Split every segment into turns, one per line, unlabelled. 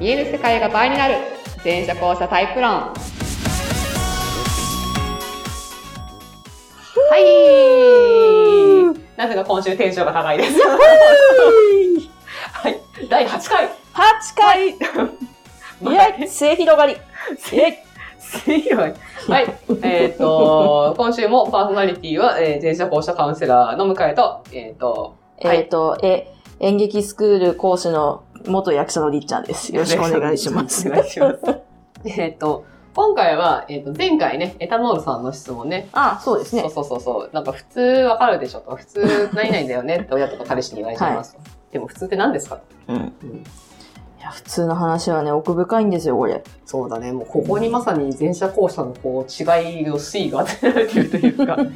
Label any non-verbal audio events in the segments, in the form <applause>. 見える世界が倍になる全社交差タイプ論はいなぜか今週テンションが高いです <laughs> はい第8回
8回イ
はい
ェイ末
<laughs>
広がりイェイ
はい。えっ、と、今週もパーソナリティは、えー、前者後者カウンセラーの向井と、えっ、と、はい
えっと、え、演劇スクール講師の元役者のりっちゃんです。よろしくお願いしま
<laughs>
す。
お願いします。えっと、今回は、えっ、と、前回ね、エタノールさんの質問ね。
<laughs> あ、そうです
そう
ね。
そうそうそう。なんか普通わかるでしょと。普通何々だよねって親とか彼氏に言われちゃいます <laughs> と。でも普通って何ですか
うん。いや、普通の話はね、奥深いんですよ、これ。
そうだね。もうここにまさに前者後者のこう違いの推移が当てられてるというか、あのま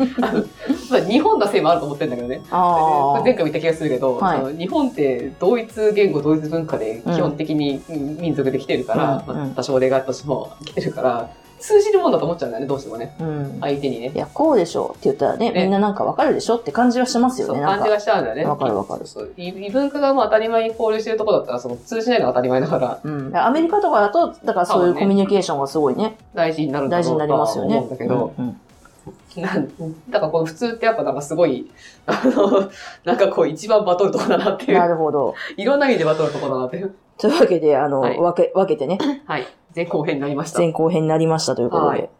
あ日本だせいもあると思ってるんだけどね。
あ
前回も言った気がするけど、
はい
その日本って同一言語同一文化で基本的に民族で来てるから、
うん
まあ
うん
多少例があったとしても来てるから通じるもんだと思っちゃうんだよねどうしてもね
あ。うん。
相手にね
いや、こうでしょうって言ったらね、
ね
みんななんかわかるでしょって感じはします
そ
よ
う
ね、なん
感じ
か。
がしちゃうんだよね
わかるわかる
そうそう異異文化がもう当たり前に交流してるとこだったらその通じないのが当たり前だから
うん。アメリカとかだと、だからそういうコミュニケーションがすごいね、
大事になるんだ
大
ろ
事に
う
な
と
りま
は
すよね。
思うんだけど、
うんうん
なんだからこの普通ってやっぱなんかすごいあのなんかこう一番バトルとこだなってい
な
う
るほど。
いろんな意味でバトルとこだなっていう
というわけで、あの、
はい
分け、分けてね、
はい前後編になりましたい
前後編になりましたということで。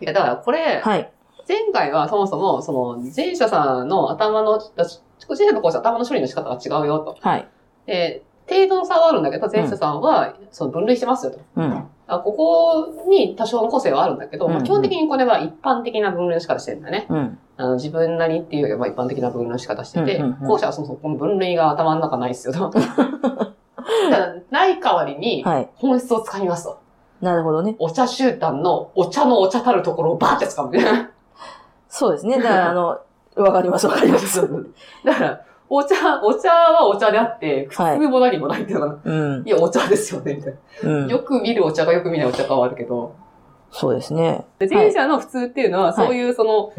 やだからこれ、
はい。
前回はそもそも、その、前者さんの頭の、だし前者の講師は頭の処理の仕方が違うよと。
はい。
で、程度の差はあるんだけど、前者さんは、その分類してますよと。
うん。
あここに多少の個性はあるんだけど、ま
う
あ、
ん
基本的にこれは一般的な分類の仕方してるんだね。
うん。
あの自分なりっていうよりは一般的な分類の仕方してて、
うんうんうん
後者はそもそもこの分類が頭の中ないっすよ
<laughs>
と。ただない代わりに、
はい。
本質を掴みますと。
なるほどね。
お茶集団のお茶のお茶たるところをバーって掴むね。
そ
<laughs>
うですね。だから、あの、わかります、わかります。
だから、お茶、お茶はお茶であって、普 <laughs>
はい
通も何もないっていうのかな。
うん
い、。や、お茶ですよね、みたい
うん
な。。よく見るお茶かよく見ないお茶かはあるけど、
そうですね。
で前者の普通っていうのは、
い
そういうその、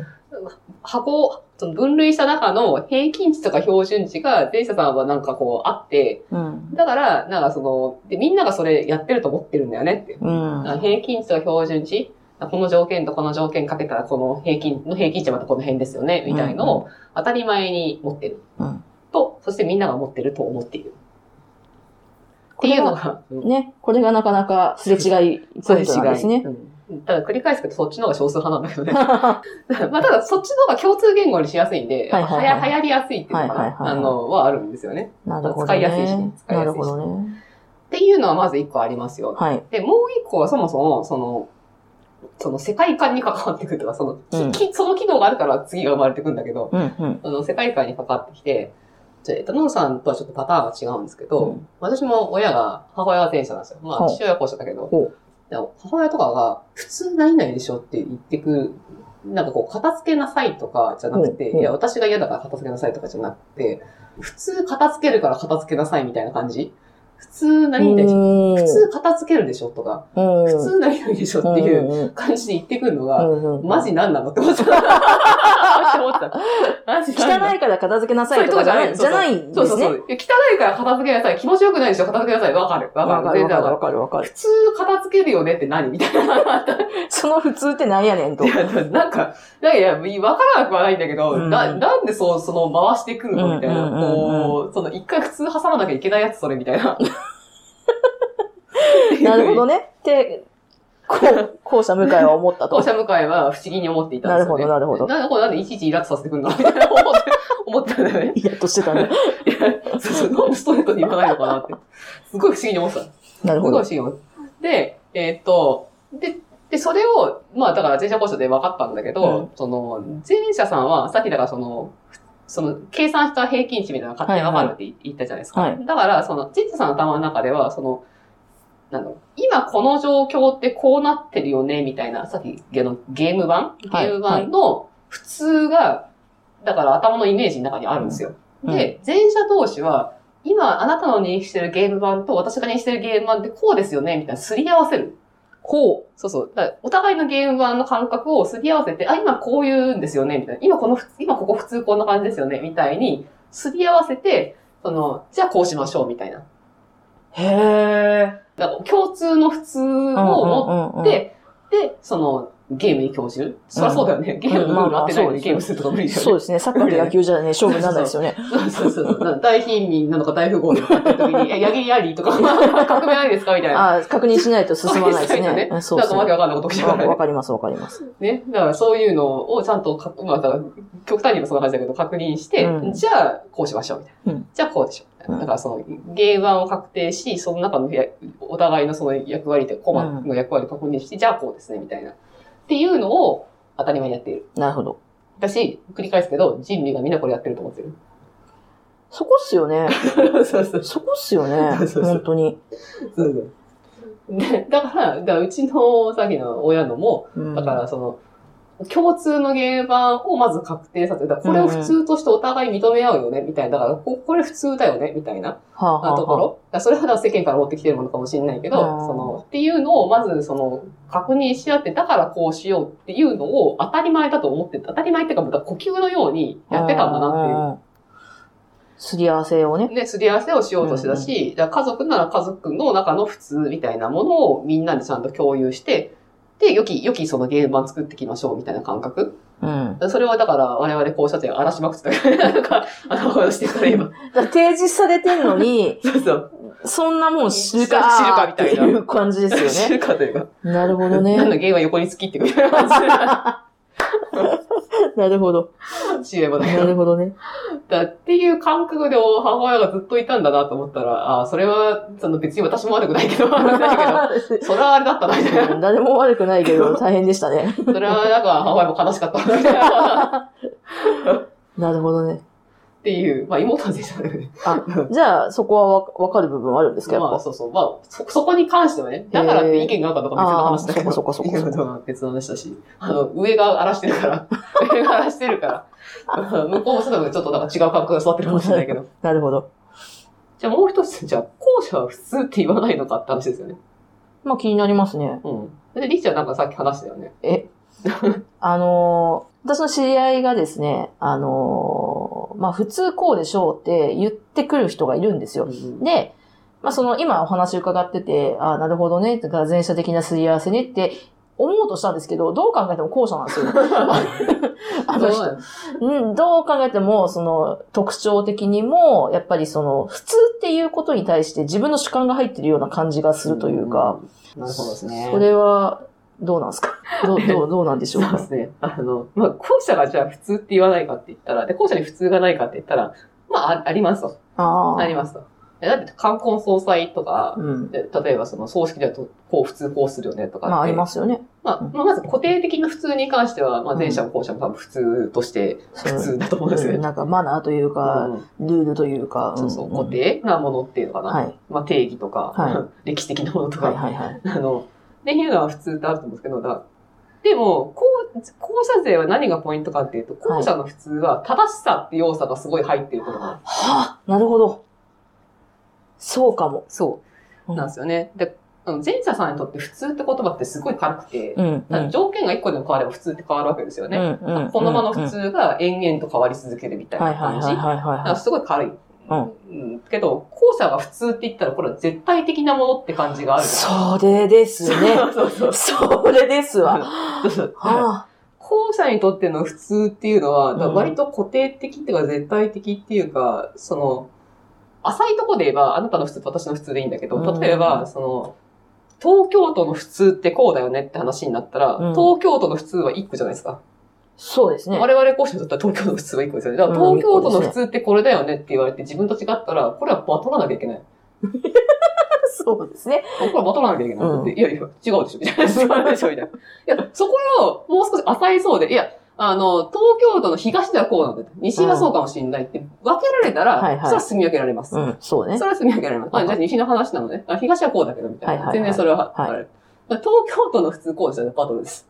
箱、その分類した中の平均値とか標準値が前者さんはなんかこうあって、
うん。
だから、なんかその、で、みんながそれやってると思ってるんだよねって。
うん。
あ平均値と標準値、この条件とこの条件かけたらこの平均の平均値はまたこの辺ですよね、みたいのを当たり前に持ってる。
うん
と、そしてみんなが持ってると思っている。って
れ
い
は
うのが、うん
ね。これがなかなかすれ違いポイントなんですね。
うんただ繰り返すけど、そっちの方が少数派なんだよね。 <laughs> まあ、ただ、そっちの方が共通言語にしやすいんで、
は
はいや
はいはい
流行りやすいっていうのか
はいはいはいは
な、
い
あの、はあるんですよね。
<laughs> なるほどね。
使いやすいしね使い
な
やすいし
るほどね。
っていうのはまず一個ありますよ。
はい。
で、もう一個はそもそも、その、その世界観に関わってくるとか、その、き
うん
きその機能があるから次が生まれてくるんだけど、
うん、うん。
あの、世界観に関わってきて、じゃあ、エタノールさんとはちょっとパターンが違うんですけど、
うん
私も親が、母親は前者なんですよ。まあ、
ほう
父親は後者だけど
ほう、
でも母親とかが、普通ないないでしょって言ってく、なんかこう、片付けなさいとかじゃなくて、
ほうほう
いや、私が嫌だから片付けなさいとかじゃなくて、普通片付けるから片付けなさいみたいな感じ普通何々でしょ
普
普通片付けるでしょとか、
普
普通何々でしょっていう
う
感じで言ってくるのが、
ん。うん。
マジ何なのって思
<laughs>
った。 <laughs> って思った。マジ何なの
汚いから片付けなさいとかじゃない、
そ
じ
ういう
ゃ
とこ
ないん
そ
で
うそ
す
うそ
ね。
う。いや汚いから片付けなさい。気持ちよくないでしょ片付けなさい。わかる。わ
わ
か
か
る。
る
全然
わかる
わ
わ
かる。
かるわかる。
普通片付けるよねって何みたいな。
その普通ってなんやねん
<laughs>
と
い。やなんか、いやいや、わからなくはないんだけど、
うん
な、なんでそう、その回してくるのみたいな。
うんうんうんうん
こう、その一回普通挟まなきゃいけないやつそれみたいな。
<laughs> なるほどね。って、こう、後者向井は思った
<laughs>
と
当。社向井は不思議に思っていたん
な
で
る
すよ
ほ
ね。
ど、なるほど。
なんでこれなんでいちいちイラッとさせてくるのみたいな思って、思ったんだよね。
イラッとしてたね。
いやそうそう、なんでストレートに言わないのかなって。すごい不思議に思ってた。す
<laughs> なる
ごい
ほ
不
ど
思。議に思ってで、えーっと、で、で、それを、まあだから前者後者で分かったんだけど、その、前者さんは、さっきだからその、その、計算した平均値みたいなのが勝手に分かるって言ったじゃないですか。
はい
だから、その、前者さんの頭の中では、その、なんだろう今この状況ってこうなってるよね、みたいな、さっきあのゲーム版ゲ
はい
ーム版の普通が、だから頭のイメージの中にあるんですよ。で、前者同士は、今あなたの認識してるゲーム版と私が認識してるゲーム版ってこうですよねみたいなすり合わせる。
こ
そうそう。だからお互いのゲーム版の感覚をすり合わせて、あ、今こういうんですよねみたいな。今この、今ここ普通こんな感じですよねみたいに、すり合わせて、その、じゃあこうしましょうみたいな。
う。へえ。
だから共通の普通を持
持
って、、で、その、ゲームに教授。そりゃそうだよね。ゲームのルール合ってないのにゲームするとか無理だよね。
そうですね。サッカーと野球じゃね、勝負にならないですよね。
そうそうそう。なんか大貧民なのか大富豪なのかっていう時に、え、ヤギヤリとか、
<laughs>
革命ないですかみたいな。
ああ、確認しないと進まないです
そうです
ね
ね。
うんそう
なん
です
か
ね
わけわかんないこと起きちゃうから
わわ
ね。
かります、わかります。
ね。だからそういうのをちゃんとか、まあ、だから極端に言えばそんな感じだけど、確認して、
うん
じゃあ、こうしましょう、みたいな。
うん
じゃあ、こうでしょう。みたいな
うん
だからその、ゲーム案を確定し、その中のやお互いのその役割で、コマの役割を確認して、じゃあ、こうですね、みたいな。っていうのを当たり前にやっている。
なるほど。
私、繰り返すけど、人類がみんなこれやってると思ってる。
そこっすよね。
<laughs> そうそう
そこっすよね
<laughs> そう。そうそう
本当に。
そうそうでだから、だからうちのさっきの親のも、
うん
だからその、共通の原版をまず確定させる。だからこれを普通としてお互い認め合うよね、みたいな。だから、ここれ普通だよね、みたいな
はあはあ
とこ
はあ
ろ。だからそれはだから世間から持ってきてるものかもしれないけど、
うん
その、っていうのをまずその、確認し合って、だからこうしようっていうのを当たり前だと思って、当たり前っていうか、また呼吸のようにやってたんだなっていう。
うんすり合わせをね。
ね、すり合わせをしようとしてたし、だから家族なら家族の中の普通みたいなものをみんなでちゃんと共有して、で、良き、良きそのゲーム版作っていきましょうみたいな感覚。
うん。
それはだから我々校舎生荒らしまくってたから、なんか、あの、話してたから今。
だから提示されてんの
<laughs>
に、
そうそう。
そんなもん知るか。
知るかみたいな
っていう感じです
知 <laughs>
よね。
るかというか。
なるほど
なんだ
ね。
ゲームは横に突きってくみたいな感
<laughs> なるほど。
じで。違えばだ
な
けど。
るほどね。
だっていう感覚で母親がずっといたんだなと思ったら、あーそれは、その別に私も悪くないけど、悪くないけど、
<laughs>
それはあれだったな、みたいな。
誰も悪くないけ <laughs> ど、大変でしたね。
それはなんか母親も悲しかったな、みたいな。
なるほどね。
っていう、まあ妹は全然だけ
<laughs>
どね。
あ、じゃあ、そこはわわかる部分はあるんですかやっ
まあ
ぱ。
そうそう。まあそ、そこに関してはね、だからって意見があったとか別の話だけ
へー
ど。
あーそっかそっかそっ
<laughs> っ
かそっか
ていうのは別の話だし、あの、上が荒らしてるから、 <laughs> 上が荒らしてるから、 <laughs> 向こうもそうだけどちょっとなんか違う感覚が座ってるかもしれないけ
<laughs>
ど。
なるほど。
じゃあもう一つ、じゃあ、後者は普通って言わないのかって話ですよね。
まあ気になりますね。
うん。で、りっちゃんなんかさっき話したよね。
え、あのー私の知り合いがですね、あのーまあ普通こうでしょうって言ってくる人がいるんですよ。で、まあその今お話伺ってて、ああ、なるほどね、とか前者的なすり合わせねって思うとしたんですけど、どう考えても後者なんです <laughs> よ。あの人、うん、どう考えても、その特徴的にも、やっぱりその普通っていうことに対して自分の主観が入ってるような感じがするというか、
うん。なるほどですね。
それはどうなんですかどう、
<laughs>
どう、どうなんでしょ
そううで
か
すね。あの、まあ、後者がじゃあ普通って言わないかって言ったら、で、後者に普通がないかって言ったら、まあ、あありますと。
あ
あり
あ。
ますと。えだって、冠婚葬祭とか、
うん。
で例えばその葬式だと、こう普通こうするよねとかって。。
まあありますすよね。
まあ、まあまず固定的な普通に関しては、まあ前者も後者も多分普通として、
そ
普
う
通だと思うんですよ
うん
ね。
なんかマナーというか、
うん
ルールというか。
そうそう、
ん
固。定なものっていうのかな。
はい。
まあ定義とか、
は
<laughs> 歴史的なものとか、
はいはいはい。
あの、っていうのは普通ってあると思うんですけど、だでも、後後者税は何がポイントかっていうと、後者の普通は正しさって要素がすごい入ってることが、
はあ、なるほど。そうかも。
そう、なんですよね。で、あの前者さんにとって普通って言葉ってすごい軽くて、
うん。うん。
条件が一個でも変われば普通って変わるわけですよね。
うんうん
このままの普通が延々と変わり続けるみたい
はい
な
は
感
い
じ。
はいはい
だから
は
すごい軽い。
うん
んけど、後者が普通って言ったら、これは絶対的なものって感じがあ
い。
るじゃん。
それですね。
<laughs> そうそう
<laughs> それですわ。は
そう。
あ、
後者にとっての普通っていうのは、
うん
だから割と固定的っていうか絶対的っていうか、その、浅いとこで言えば、あなたの普通と私の普通でいいんだけ
う
ど、
ん
例えば、その、東京都の普通ってこうだよねって話になったら、
うん
東京都の普通は1個じゃないですか。
そうですね。
我々講師にとっては東京都の普通は1個ですよね。だから
うん
東京都の普通ってこれだよねって言われて自分と違ったら、これはバトらなきゃいけない。
そうですね。
これバトらなきゃいけない。
うん
いやいや、違うでしょ、みたいな。違うでしょ、みた
<laughs>
いな。いや、そこをもう少し浅いそうで、いや、あの、東京都の東ではこうなんだよ西はそうかもしれないって分けられたら、
はいはい
それは住み分けられます。
うん、そうね
そ。れは住み分けられます。あ、じゃあ西の話なのね。あ東はこうだけど、みたいな。
はいはいはい
全然それは、
はい
あれ東京都の普通こうですよね、バトル
<laughs>
です。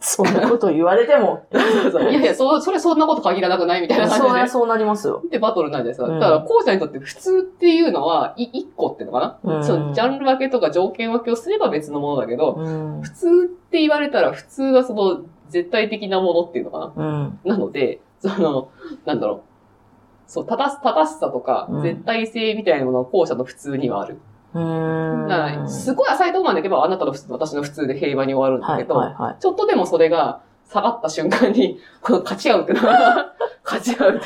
そんなこと言われても。
いやいや、そう、それそんなこと限らなくないみたいな感じ
<laughs> そ
で
りゃ。そうなりますよ。
で、バトルなんじゃないですか。
うん
だから、後者にとって普通っていうのは、い一個っていうのかな、
うん
そのジャンル分けとか条件分けをすれば別のものだけど、
うん。
普通って言われたら、普通はその、絶対的なものっていうのか
うん。
ななので、その、なんだろう。そう、正す、正しさとか
う、ん
絶対性みたいなものは後者の普通にはある。
うーん。
だからすごい浅いところまでいけば、あなたの普通、私の普通で平和に終わるんだ
は
け
い、
ど、
はい、はい。
ちょっとでもそれが下がった瞬間に、この勝ち合うってのは、 <laughs> 勝ち合うっていう。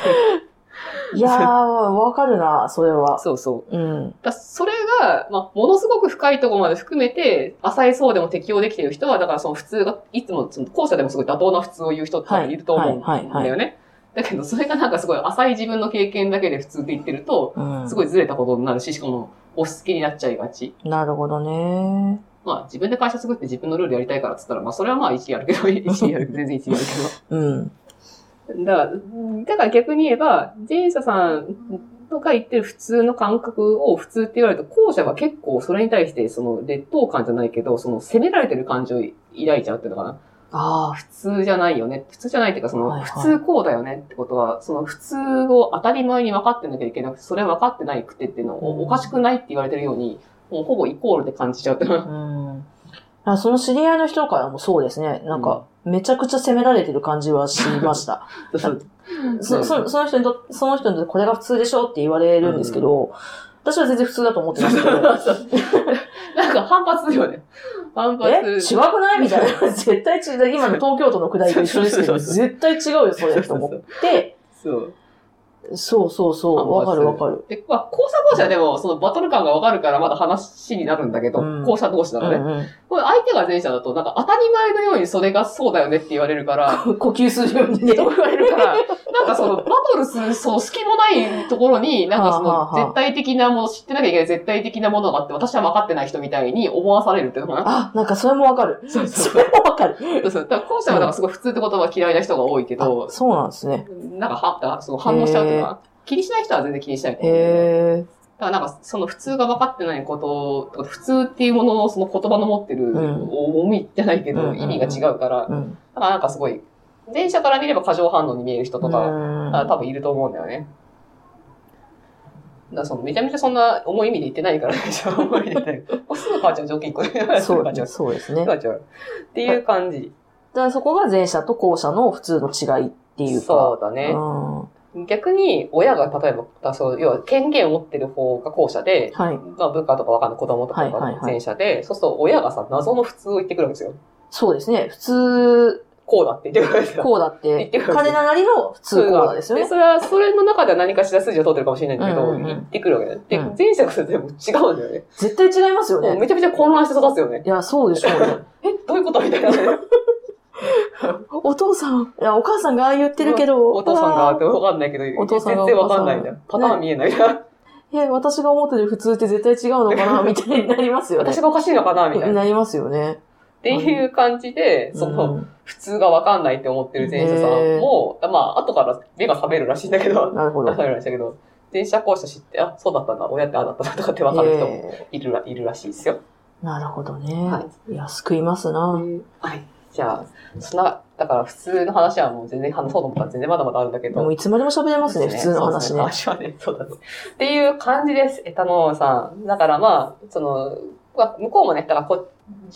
いやー、わかるな、それは。
そうそう。
うん。
だそれが、まあ、ものすごく深いところまで含めて、浅い層でも適用できている人は、だからその普通が、いつも、その後者でもすごい妥当な普通を言う人っていると思うんだ
はい
よ
は
ね。
いはい
だけど、それがなんかすごい浅い自分の経験だけで普通って言ってると、
うん、
すごいずれたことになるし、しかも、押し付けになっちゃいがち。
なるほどね。
まあ、自分で会社作って自分のルールやりたいからって言ったら、まあ、それはまあ、一理あるけど、一理ある、全然一理あるけど。
うん。
だから、だから逆に言えば、前者さんが言ってる普通の感覚を普通って言われると、後者は結構それに対して、その劣等感じゃないけど、その責められてる感情を抱いちゃうっていうのかな。
あ
普通じゃないよね。普通じゃないっていうか、そ
はい
の、
はい
普通こうだよねってことは、その普通を当たり前に分かってなきゃいけなくて、それ分かってないくてっていうの
うん
を、おかしくないって言われてるように、もうほぼイコールで感じちゃうっていうの
あ。
は
うん。あその知り合いの人からもそうですね。なんか、めちゃくちゃ責められてる感じはしました。そそその人にと、その人にとってこれが普通でしょって言われるんですけど、私は全然普通だと思ってなくて、
<laughs> なんか反発するよね。反
え
発す
違
る。
くないみたいな。絶対違う。今の東京都のくだりと一緒ですけど、
そう
絶対違うよ、それと思って。
そう。
そうそうそう。わかるわかる。
で、まあ、後者同士はでも、そのバトル感がわかるからまだ話になるんだけど、
うん
後者同士な
う
のね。
ん
これ相手が前者だと、なんか当たり前のようにそれがそうだよねって言われる
<laughs>
から、
うん、呼吸するようにね。
そう言われるから、なんかそのバトルする、その隙もないところに、なんかそ
はあは
の
あはあ
絶対的なもの、知ってなきゃいけない絶対的なものがあって、私は分かってない人みたいに思わされるっていうのかな。
<laughs> あ、なんかそれもわかる。
そうそう
それもわかる。
そうそう。だから後者はなんかすごい普通って言葉嫌いな人が多いけ
あ
ど、
そうなんですね。
なんかは、その反応しちゃうっていうのかな。気にしない人は全然気にしない。
へえ。
だからなんか、その普通が分かってないことを、普通っていうもののその言葉の持ってる
うん
重みじゃないけ
うんう
ど、
んうん
意味が違うから、だ
う
か
ん。
らなんかすごい、電車から見れば過剰反応に見える人とか、あ
う
多分いると思うんだよね。だからそのめちゃめちゃそんな重い意味で言ってない
<laughs>
から、電車は重い意味で言ってない。もう <laughs> すぐ変わっちゃう、条件一個で。
ん
す
そ
ぐ変わっちゃ
う
う。す
そうですね。
ぐ変
だ
わっちゃう。っていう感じ。
からそこが前者と後者の普通の違いっていうか。
そうだ
う
ね。
ん。は
逆に、親が例えばだ、そう、要は権限を持ってる方が後者で、
い。
まあ、部下とかわかんない子供とか
はいはい
が
はい
前者で、そうすると親がさ、謎の普通を言ってくるんですよ。
そうですね。普通、
こうだって言ってくるんですよ。
こうだって
言って、くる
彼らなりの普通こうだですよね
で。それは、それの中では何かしら筋を通ってるかもしれないんだけど、
うんうんうん
言ってくるわけだよ。で、
うん
前者が全部違うんだよね。
絶対違いますよ
もう
ね。
めちゃめちゃ混乱して育つよね。
いや、そうでしょうね。
<laughs> え、どういうことみたい
<laughs>
なね。
お父さん、いや、お母さんがああ言ってるけど、
お父さんがってわかんないけど、
お父さんが
全然わかんないんだよ。
お父さ
パ
ん
ターン見えないな。
え、私が思ってる普通って絶対違うのかな、
<laughs>
みたいになりますよね
私。がおかしいのかなみたいな。っ
なりますよね。
ていう感じで、その、
う
普通がわかんないって思ってる前者さんも、まあ、後から目が覚めるらしいんだけど
ん、な
<laughs>
るほど。
わかるらしいけど、電車校舎知って、あ、そうだったんだ、親ってああだったんだとかってわかる人も
え
いるら、いるらしいですよ。
ーなるほどね。、
はい
や、救いますな。
はい。じゃあ、そんな、だから普通の話はもう全然話そうと思ったら全然まだまだあるんだけ
で
ど。
もいつまでも喋れますね、
そう
普
です
通の話
そう
ね。
ですね話はね、そうだね。っていう感じです、エタノールさん。だからまあ、その、まあ向こうもね、だからこ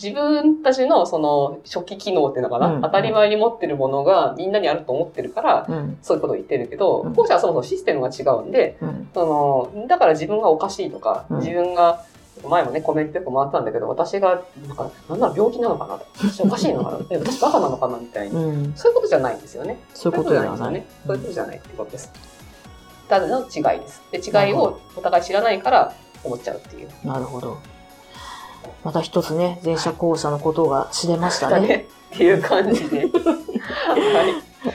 自分たちのその初期機能っていうのかな、
うん
当たり前に持ってるものがみんなにあると思ってるから、
うん。
そういうことを言ってるけど
うん、
後者はそもそもシステムが違うんで、
うん。
その、だから自分がおかしいとか
うん、
自分が、前もね、コメントよく回ったんだけど、私が、なんか、なんなら病気なのかなとか私おかしいのかな <laughs> え私バカなのかなみたいな。
うん。
そういうことじゃないんですよね。
そういうことではない。
ね。そういうことじゃないってことです。ただの違いです。で、違いをお互い知らないから思っちゃうっていう。
なるほど。また一つね、前者後者のことが知れました
だ
ね。
ね。 <laughs> っていう感じ
<laughs>
で。は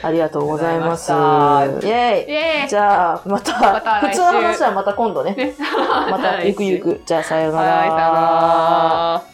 ありがとうございます。イ
ありがとうご
ェ
い。
イ
え
じゃあ、また、
また
普
来週
通の話はまた今度ね。
<laughs> ね、
また、ゆくゆく。じゃあ、さよう
はい。
な
さよ
ら
な。ら。